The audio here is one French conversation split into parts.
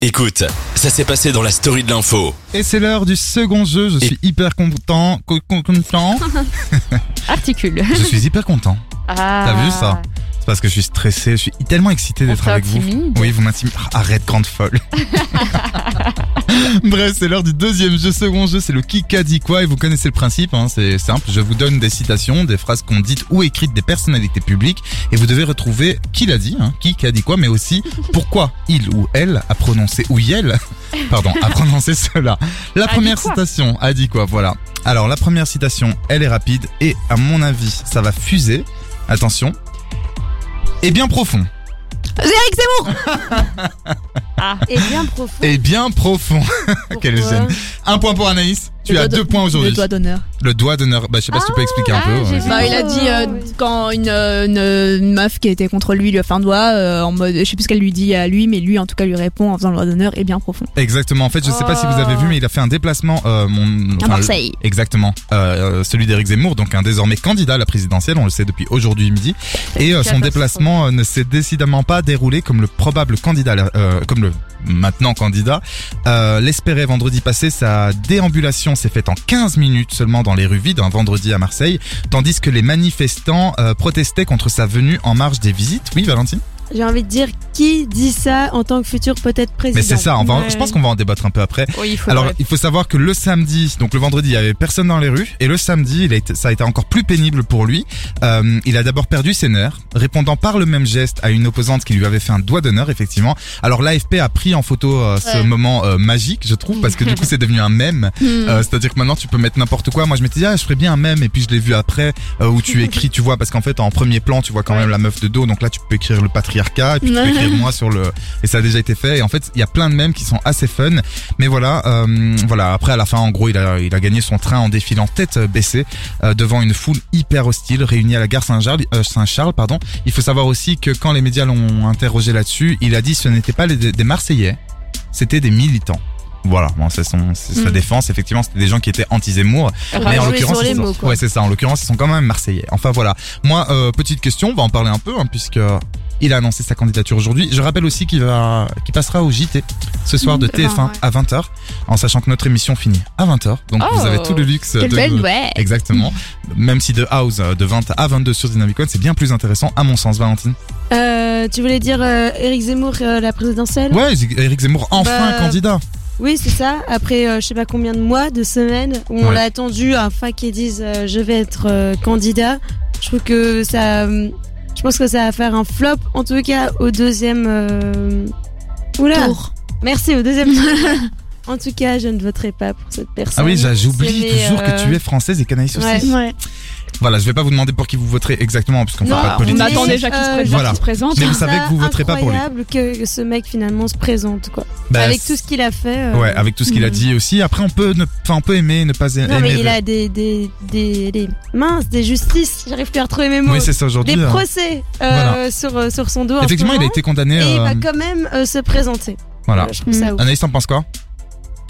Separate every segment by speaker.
Speaker 1: Écoute, ça s'est passé dans la story de l'info.
Speaker 2: Et c'est l'heure du second jeu. Je
Speaker 1: Et-
Speaker 2: suis hyper content. co- co- content.
Speaker 3: Articule.
Speaker 2: je suis hyper content.
Speaker 3: Ah.
Speaker 2: vu ça C'est parce que je suis stressé. Je suis tellement excité d'être
Speaker 3: On
Speaker 2: avec vous.
Speaker 3: t'intimide.
Speaker 2: Oui, vous m'intimidez. Ah, Arrête, grande folle. Bref, c'est l'heure du deuxième jeu, second jeu, c'est le qui qu'a dit quoi et vous connaissez le principe, hein, c'est simple, je vous donne des citations, des phrases qu'on dites ou écrites des personnalités publiques et vous devez retrouver qui l'a dit, hein, qui qu'a dit quoi, mais aussi pourquoi il ou elle a prononcé ou yel, pardon, a prononcé cela. La
Speaker 3: dit
Speaker 2: première
Speaker 3: quoi
Speaker 2: citation a dit quoi, voilà. Alors la première citation, elle est rapide et à mon avis, ça va fuser, attention, et bien profond.
Speaker 3: Eric Zemmour Ah, et bien profond. euh,
Speaker 2: Et Eh bien profond. Quelle
Speaker 3: Pourquoi
Speaker 2: gêne. Un point pour Anaïs. Tu as deux points aujourd'hui.
Speaker 4: Le doigt d'honneur.
Speaker 2: Le doigt d'honneur. Bah, je sais pas si tu peux expliquer un
Speaker 3: ah,
Speaker 2: peu.
Speaker 3: j'ai
Speaker 2: ouais.
Speaker 3: vu.
Speaker 4: Bah, il a dit euh,
Speaker 3: oui.
Speaker 4: quand une, euh, une- une meuf qui était contre lui lui a fait un doigt, euh, en mode, je sais plus ce qu'elle lui dit à lui, mais lui en tout cas lui répond en faisant le doigt d'honneur et bien profond.
Speaker 2: Exactement. En fait, je sais pas si vous avez vu, mais il a fait un déplacement. euh, mon,
Speaker 4: À
Speaker 2: enfin,
Speaker 4: Marseille.
Speaker 2: Exactement. Euh, euh, celui d'Éric Zemmour, donc un désormais candidat à la présidentielle, on le sait depuis aujourd'hui midi. Et euh, son
Speaker 3: Catastrophe.
Speaker 2: déplacement euh, ne s'est décidément pas déroulé comme le probable candidat, à la- euh, comme le maintenant candidat. Euh, L'espéré vendredi passé, sa déambulation s'est faite en 15 minutes seulement dans les rues vides, un vendredi à Marseille, tandis que les manifestants euh, protestaient contre sa venue en marge des visites. Oui, Valentine
Speaker 5: J'ai envie de dire qui dit ça en tant que futur peut-être président.
Speaker 2: Mais c'est ça, on va,
Speaker 5: Ouais.
Speaker 2: je pense qu'on va en débattre un peu après.
Speaker 3: Oui, il faut
Speaker 2: Alors, il faut savoir que le samedi, donc le vendredi, il y avait personne dans les rues, et le samedi, il a été- ça a été encore plus pénible pour lui. Euh, il a d'abord perdu ses nerfs, répondant par le même geste à une opposante qui lui avait fait un doigt d'honneur, effectivement. Alors, l'AFP a pris en photo euh, ce
Speaker 3: Ouais.
Speaker 2: moment euh, magique, je trouve, parce que du coup, c'est devenu un mème.
Speaker 4: Hmm.
Speaker 2: Euh, C'est-à-dire que maintenant, tu peux mettre n'importe quoi. Moi, je m'étais dit, ah, je ferais bien un mème, et puis je l'ai vu après, euh, où tu écris, tu vois, parce qu'en fait, en premier plan, tu vois quand même la meuf de dos, donc là, tu peux écrire le patriarcat, et puis tu peux écrire moi sur le, et ça a déjà été fait. Et en fait, il y a plein de mèmes qui sont assez fun. Mais voilà, euh, voilà. Après, à la fin, en gros, il a, il a gagné son train en défilant tête baissée euh, devant une foule hyper hostile réunie à la gare Saint-Charles. euh, Saint-Charles, pardon. Il faut savoir aussi que quand les médias l'ont interrogé là-dessus, il a dit ce n'étaient pas les- des Marseillais, c'était des militants. Voilà, bon, c'est son- c'est sa
Speaker 4: Mm.
Speaker 2: défense. Effectivement, c'était des gens qui étaient anti-Zemmour. Mais en
Speaker 5: jouer
Speaker 2: l'occurrence,
Speaker 5: sur les
Speaker 2: ils sont-
Speaker 5: mots, quoi.
Speaker 2: ouais, c'est ça. En l'occurrence, ils sont quand même marseillais. Enfin voilà. Moi, euh, petite question, on va en parler un peu, hein, puisque il a annoncé sa candidature aujourd'hui. Je rappelle aussi qu'il va, qu'il passera au JT ce soir de
Speaker 5: Ah,
Speaker 4: Mmh,
Speaker 2: TF1
Speaker 4: bah ouais.
Speaker 2: à 20h, en sachant que notre émission finit à 20h. Donc
Speaker 3: Oh,
Speaker 2: vous avez tout le luxe.
Speaker 4: Quelle
Speaker 2: de...
Speaker 4: belle ouais.
Speaker 2: Exactement. Même si The House euh, de 20 à 22 sur Dynamicon, c'est bien plus intéressant à mon sens, Valentine.
Speaker 5: Euh, tu voulais dire euh, Éric Zemmour, euh, la présidentielle
Speaker 2: Ouais, Eric Zemmour enfin
Speaker 5: Bah,
Speaker 2: candidat.
Speaker 5: Oui, c'est ça. Après, euh, je sais pas combien de mois, de semaines, où on
Speaker 2: Ouais.
Speaker 5: l'a attendu afin qu'ils disent euh, je vais être euh, candidat. Je trouve que ça. euh, Je pense que ça va faire un flop, en tout cas au deuxième. euh, Oula
Speaker 4: Tour.
Speaker 5: Merci, au deuxième. en tout cas, je ne voterai pas pour cette personne.
Speaker 2: Ah oui, j'a- j'oublie
Speaker 5: Mais,
Speaker 2: toujours que
Speaker 5: euh,
Speaker 2: tu es française et canaïs aussi.
Speaker 5: Ouais.
Speaker 4: Ouais.
Speaker 2: Voilà, je vais pas vous demander pour qui vous voterez exactement, puisqu'on
Speaker 5: Non,
Speaker 2: parle pas de
Speaker 4: on
Speaker 2: politique.
Speaker 4: attend
Speaker 5: Mais,
Speaker 4: déjà qu'il se,
Speaker 5: euh,
Speaker 4: présente,
Speaker 2: voilà.
Speaker 4: qu'il se présente.
Speaker 2: Mais vous
Speaker 5: Je
Speaker 2: savez
Speaker 5: trouve
Speaker 2: que
Speaker 5: ça
Speaker 2: vous voterez pas pour lui.
Speaker 5: incroyable que ce mec finalement se présente quoi.
Speaker 2: Bah,
Speaker 5: Avec tout ce qu'il a fait. euh,
Speaker 2: Ouais, avec tout ce qu'il a dit aussi. Après, on peut, ne, enfin, on peut aimer, ne pas aimer.
Speaker 5: Non mais il a des des des, des- minces, des justices. J'arrive plus à retrouver mes mots.
Speaker 2: Oui, c'est ça
Speaker 5: des
Speaker 2: aujourd'hui. euh,
Speaker 5: procès euh,
Speaker 2: Voilà.
Speaker 5: sur euh, sur son dos. en ce
Speaker 2: Effectivement, il a
Speaker 5: moment,
Speaker 2: été condamné.
Speaker 5: Et il
Speaker 2: euh,
Speaker 5: va quand même euh, se présenter.
Speaker 2: Voilà.
Speaker 5: Euh, Je trouve ça ouf.
Speaker 2: Anaïs, t'en penses quoi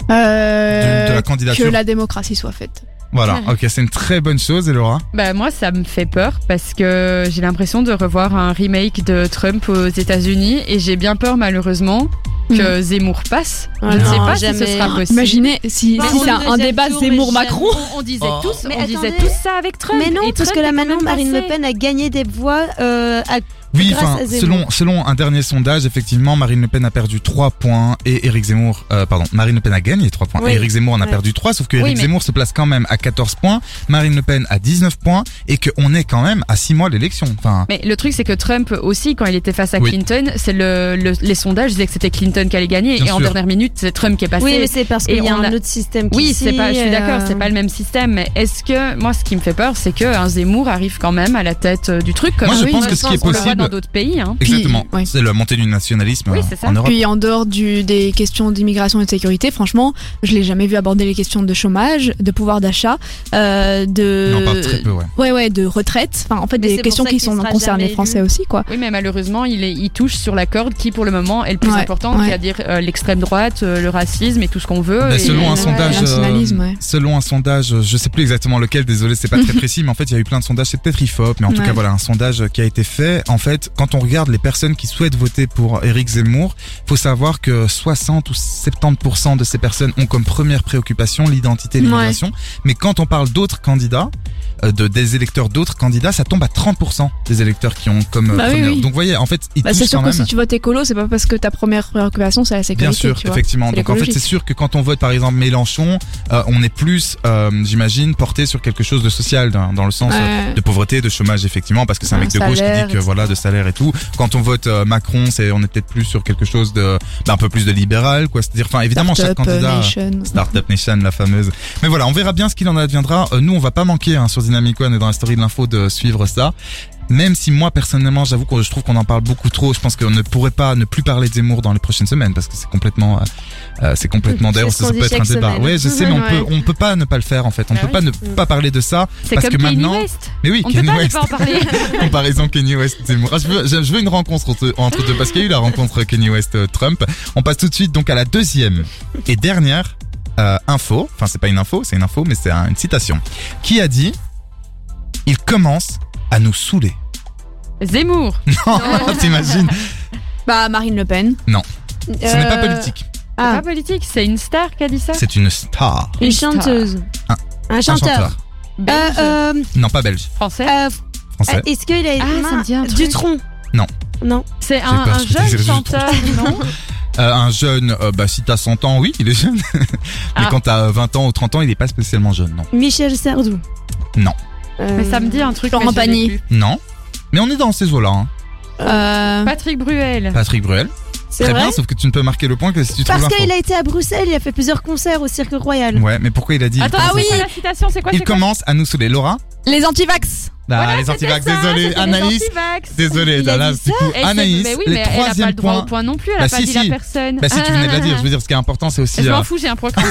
Speaker 2: de,
Speaker 4: Euh,
Speaker 2: de la
Speaker 4: que
Speaker 2: candidature
Speaker 4: la démocratie soit faite.
Speaker 2: Voilà, ok, c'est une très bonne chose, et Laura
Speaker 3: Bah moi ça me fait peur parce que j'ai l'impression de revoir un remake de Trump aux États-Unis et j'ai bien peur malheureusement
Speaker 5: Mm.
Speaker 3: que Zemmour passe.
Speaker 5: Ouais,
Speaker 3: je ne
Speaker 5: non,
Speaker 3: sais pas si
Speaker 5: jamais.
Speaker 3: ce sera possible.
Speaker 4: Imaginez si,
Speaker 5: Bah,
Speaker 4: si
Speaker 5: on
Speaker 4: c'est
Speaker 5: le
Speaker 4: un
Speaker 5: deuxième
Speaker 4: débat
Speaker 5: tour, mais
Speaker 4: Zemmour-Macron.
Speaker 3: On, on disait
Speaker 2: Oh.
Speaker 3: tous,
Speaker 5: Mais
Speaker 3: on disait
Speaker 5: attendez.
Speaker 3: tous ça avec Trump.
Speaker 5: Mais non,
Speaker 3: Et
Speaker 5: parce
Speaker 3: Trump
Speaker 5: que là
Speaker 3: est quand
Speaker 5: maintenant
Speaker 3: même
Speaker 5: Marine Le
Speaker 3: passé.
Speaker 5: Pen a gagné des voix euh, à
Speaker 2: Oui,
Speaker 5: Grâce
Speaker 2: enfin,
Speaker 5: à Zemmour.
Speaker 2: selon, selon un dernier sondage, effectivement, Marine Le Pen a perdu 3 points et Éric Zemmour, euh, pardon, Marine Le Pen a gagné 3 points
Speaker 5: Oui.
Speaker 2: et Éric Zemmour en a
Speaker 5: Ouais.
Speaker 2: perdu 3, sauf que
Speaker 3: Oui,
Speaker 2: Éric
Speaker 3: mais-
Speaker 2: Zemmour se place quand même à 14 points, Marine Le Pen à 19 points et qu'on est quand même à 6 mois de l'élection. Enfin,
Speaker 3: Mais le truc, c'est que Trump aussi, quand il était face à
Speaker 2: Oui.
Speaker 3: Clinton, c'est le, le- les sondages disaient que c'était Clinton qui allait gagner.
Speaker 2: Bien
Speaker 3: et en
Speaker 2: sûr.
Speaker 3: dernière minute, c'est Trump qui est passé.
Speaker 5: Oui, mais c'est parce
Speaker 3: Et
Speaker 5: qu'il y a
Speaker 3: on
Speaker 5: un
Speaker 3: a-
Speaker 5: autre système.
Speaker 3: oui,
Speaker 5: qu'ici,
Speaker 3: c'est pas. Je suis
Speaker 5: euh,
Speaker 3: d'accord, c'est pas le même système. Mais est-ce que moi, ce qui me fait peur, c'est que un Zemmour arrive quand même à la tête euh, du truc. Comme
Speaker 2: Moi, je
Speaker 3: oui,
Speaker 2: pense
Speaker 3: on
Speaker 2: que ce
Speaker 3: le
Speaker 2: qui est
Speaker 3: voit- on le voit
Speaker 2: possible-
Speaker 3: dans d'autres pays. Hein.
Speaker 4: Puis,
Speaker 2: exactement,
Speaker 4: ouais.
Speaker 2: c'est la montée du nationalisme
Speaker 3: Oui,
Speaker 2: euh,
Speaker 3: c'est ça.
Speaker 2: en Europe.
Speaker 4: Puis en dehors du, des questions d'immigration et de sécurité, franchement, je l'ai jamais vu aborder les questions de chômage, de pouvoir d'achat, euh, de
Speaker 2: Il en parle très peu, ouais.
Speaker 4: ouais ouais de retraite. Enfin en fait
Speaker 5: Mais c'est
Speaker 4: des
Speaker 5: pour
Speaker 4: questions
Speaker 5: ça
Speaker 4: qui
Speaker 5: qu'il
Speaker 4: sont
Speaker 5: sera
Speaker 4: concernées
Speaker 5: jamais
Speaker 4: les Français aussi quoi.
Speaker 3: Oui, mais malheureusement, il, est, il touche sur la corde qui, pour le moment, est le plus
Speaker 4: Ouais,
Speaker 3: importante,
Speaker 4: ouais.
Speaker 3: c'est-à-dire euh, l'extrême droite, euh, le racisme et tout ce qu'on veut.
Speaker 2: Bah,
Speaker 3: et- euh,
Speaker 2: selon un
Speaker 4: ouais,
Speaker 2: sondage,
Speaker 4: le nationalisme,
Speaker 2: euh,
Speaker 4: ouais.
Speaker 2: selon un sondage, euh, je sais plus exactement lequel, désolé, c'est pas très précis, mais en fait, il y a eu plein de sondages, c'est peut-être Ifop, mais en tout
Speaker 4: Ouais.
Speaker 2: cas, voilà, un sondage qui a été fait. En fait, fait, quand on regarde les personnes qui souhaitent voter pour Éric Zemmour, faut savoir que 60 ou 70% de ces personnes ont comme première préoccupation l'identité et
Speaker 4: Ouais.
Speaker 2: l'immigration. Mais quand on parle d'autres candidats, euh, de, des électeurs d'autres candidats, ça tombe à 30% des électeurs qui ont comme euh,
Speaker 4: Bah oui,
Speaker 2: première.
Speaker 4: oui.
Speaker 2: Donc vous voyez, en fait, ils
Speaker 4: Bah, c'est
Speaker 2: touchent
Speaker 4: sûr
Speaker 2: quand
Speaker 4: que
Speaker 2: même.
Speaker 4: si tu votes écolo, c'est pas parce que ta première préoccupation c'est la sécurité.
Speaker 2: Bien sûr,
Speaker 4: tu vois.
Speaker 2: effectivement.
Speaker 4: C'est
Speaker 2: Donc en fait,
Speaker 4: l'écologie.
Speaker 2: c'est sûr que quand on vote par exemple Mélenchon, euh, on est plus, euh, j'imagine, porté sur quelque chose de social, dans, dans le sens euh,
Speaker 4: Ouais.
Speaker 2: de pauvreté, de chômage, effectivement, parce que c'est un
Speaker 4: Ouais,
Speaker 2: mec de gauche qui
Speaker 4: salaire,
Speaker 2: dit que
Speaker 4: etc.
Speaker 2: voilà de salaire et tout. Quand on vote euh, Macron, c'est on est peut-être plus sur quelque chose de, ben, un peu plus de libéral, quoi. C'est-à-dire, enfin, évidemment, chaque
Speaker 4: Startup, euh,
Speaker 2: candidat.
Speaker 4: Nation.
Speaker 2: Startup Nation, la fameuse. Mais voilà, on verra bien ce qu'il en adviendra. Euh, nous, on va pas manquer hein, sur Dynamic One et dans la story de l'info de suivre ça. Même si moi, personnellement, j'avoue que je trouve qu'on en parle beaucoup trop. Je pense qu'on ne pourrait pas ne plus parler de Zemmour dans les prochaines semaines parce que c'est complètement, euh, euh, c'est complètement.
Speaker 5: C'est
Speaker 2: D'ailleurs,
Speaker 5: ce
Speaker 2: ça,
Speaker 5: qu'on
Speaker 2: ça
Speaker 5: dit
Speaker 2: peut être un
Speaker 5: chaque
Speaker 2: débat.
Speaker 5: semaine.
Speaker 2: Ouais, je sais, mais on
Speaker 4: Ouais.
Speaker 2: peut, on peut pas ne pas le faire en fait. On
Speaker 3: Bah
Speaker 2: peut
Speaker 3: oui.
Speaker 2: pas ne
Speaker 5: Mm.
Speaker 2: pas parler de ça.
Speaker 3: C'est
Speaker 2: Parce
Speaker 3: comme
Speaker 2: que
Speaker 3: Kanye
Speaker 2: maintenant-
Speaker 3: West.
Speaker 2: Mais oui,
Speaker 3: On ne peut
Speaker 2: Kanye
Speaker 3: pas ne
Speaker 2: West.
Speaker 3: pas en parler.
Speaker 2: Comparaison Kenny West Zemmour. Ah, je, veux, je- je veux une rencontre entre, entre deux parce qu'il y a eu la rencontre Kenny West euh, Trump. On passe tout de suite donc à la deuxième et dernière euh, info. Enfin c'est pas une info, c'est une info mais c'est un- une citation qui a dit il commence à nous saouler.
Speaker 3: Zemmour.
Speaker 2: Non, t'imagines
Speaker 4: Bah Marine Le Pen.
Speaker 2: Ce n'est pas politique,
Speaker 5: Ah.
Speaker 3: C'est pas politique, c'est une star qui a dit ça.
Speaker 2: c'est une star.
Speaker 5: Une chanteuse.
Speaker 2: Un-
Speaker 5: Un
Speaker 2: Ah. Un
Speaker 5: chanteur. Euh,
Speaker 3: Belge,
Speaker 5: euh,
Speaker 2: Non pas belge,
Speaker 3: français.
Speaker 5: euh,
Speaker 2: français.
Speaker 5: Est-ce qu'il a une
Speaker 3: Ah, ça
Speaker 5: main
Speaker 3: me dit un truc.
Speaker 5: du tronc
Speaker 2: Non.
Speaker 5: Non.
Speaker 3: C'est un,
Speaker 2: peur,
Speaker 3: un
Speaker 2: je disais
Speaker 3: jeune
Speaker 2: juste
Speaker 3: chanteur, non
Speaker 2: Euh, un jeune, euh, bah si t'as 100 ans oui il est jeune. mais
Speaker 3: Ah.
Speaker 2: quand t'as euh, 20 ans ou 30 ans il est pas spécialement jeune non.
Speaker 5: Michel Sardou.
Speaker 2: Non.
Speaker 5: Euh,
Speaker 3: Mais ça me dit un truc.
Speaker 4: Florent
Speaker 3: mais je l'ai
Speaker 4: Pagny.
Speaker 3: plus.
Speaker 2: Non. Mais on est dans ces eaux-là. hein.
Speaker 4: Euh,
Speaker 3: Patrick Bruel.
Speaker 2: Patrick Bruel.
Speaker 5: C'est
Speaker 2: Très
Speaker 5: vrai.
Speaker 2: bien, sauf que tu ne peux marquer le point que si tu
Speaker 5: Parce
Speaker 2: trouves
Speaker 5: qu'il
Speaker 2: l'info.
Speaker 5: a été à Bruxelles, il a fait plusieurs concerts au Cirque Royal.
Speaker 2: Ouais, mais pourquoi il a dit
Speaker 3: Attends,
Speaker 2: il
Speaker 3: ah oui.
Speaker 2: commence à-
Speaker 3: La citation, c'est quoi
Speaker 2: Il
Speaker 3: c'est quoi
Speaker 2: commence à nous saouler. Laura
Speaker 4: les antivax.
Speaker 2: Ah,
Speaker 3: Voilà,
Speaker 2: les
Speaker 3: c'était
Speaker 2: antivax,
Speaker 3: ça,
Speaker 2: désolé.
Speaker 3: c'était les
Speaker 2: Anaïs,
Speaker 3: antivax.
Speaker 2: désolé.
Speaker 5: Il a
Speaker 2: Là,
Speaker 5: dit
Speaker 2: du coup,
Speaker 3: Et c'est-
Speaker 2: Anaïs,
Speaker 3: mais oui,
Speaker 2: les
Speaker 3: mais elle a pas
Speaker 2: troisième
Speaker 3: le droit au
Speaker 2: points.
Speaker 3: point non plus, elle
Speaker 2: Bah,
Speaker 3: a pas
Speaker 2: si,
Speaker 3: dit
Speaker 2: si.
Speaker 3: la personne. Ah,
Speaker 2: Bah si tu venais de la dire, je veux dire ce qui est important c'est aussi...
Speaker 3: Je
Speaker 2: euh,
Speaker 3: m'en fous, j'ai un programme.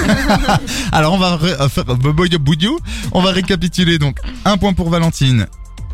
Speaker 2: Alors on va ré- euh, faire bobo yo boudio. on va récapituler donc un point pour Valentine,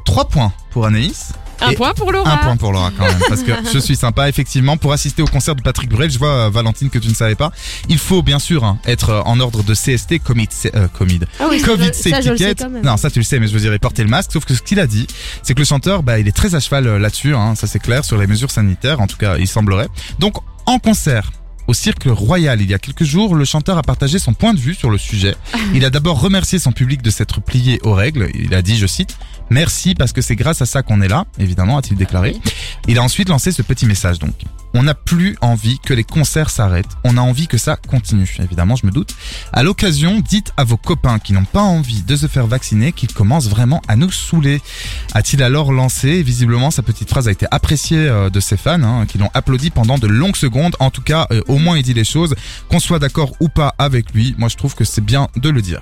Speaker 2: trois points pour Anaïs,
Speaker 3: Un
Speaker 2: Et
Speaker 3: point pour Laura.
Speaker 2: un point pour Laura quand même parce que je suis sympa effectivement pour assister au concert de Patrick Bruel, je vois euh, Valentine que tu ne savais pas, il faut bien sûr hein, être euh, en ordre de CST commis euh, commis
Speaker 5: Ah oui, ça,
Speaker 2: Covid,
Speaker 5: je-
Speaker 2: c'est
Speaker 5: ça, je le sais
Speaker 2: étiquette.
Speaker 5: quand même.
Speaker 2: Non, ça tu le sais, mais je veux dire, porter le masque. Sauf que ce qu'il a dit, c'est que le chanteur, bah, il est très à cheval euh, là-dessus. hein, ça c'est clair sur les mesures sanitaires. En tout cas, il semblerait. Donc, en concert. Au Cirque Royal, il y a quelques jours, le chanteur a partagé son point de vue sur le sujet. Il a d'abord remercié son public de s'être plié aux règles. Il a dit, je cite, Merci parce que c'est grâce à ça qu'on est là, évidemment, a-t-il déclaré.
Speaker 5: Ah
Speaker 2: Il a ensuite lancé ce petit message donc. On n'a plus envie que les concerts s'arrêtent, on a envie que ça continue, évidemment, je me doute. À l'occasion, dites à vos copains qui n'ont pas envie de se faire vacciner qu'ils commencent vraiment à nous saouler. A-t-il alors lancé Visiblement, sa petite phrase a été appréciée euh, de ses fans, hein, qui l'ont applaudi pendant de longues secondes. En tout cas, euh, au moins il dit les choses, qu'on soit d'accord ou pas avec lui, moi je trouve que c'est bien de le dire.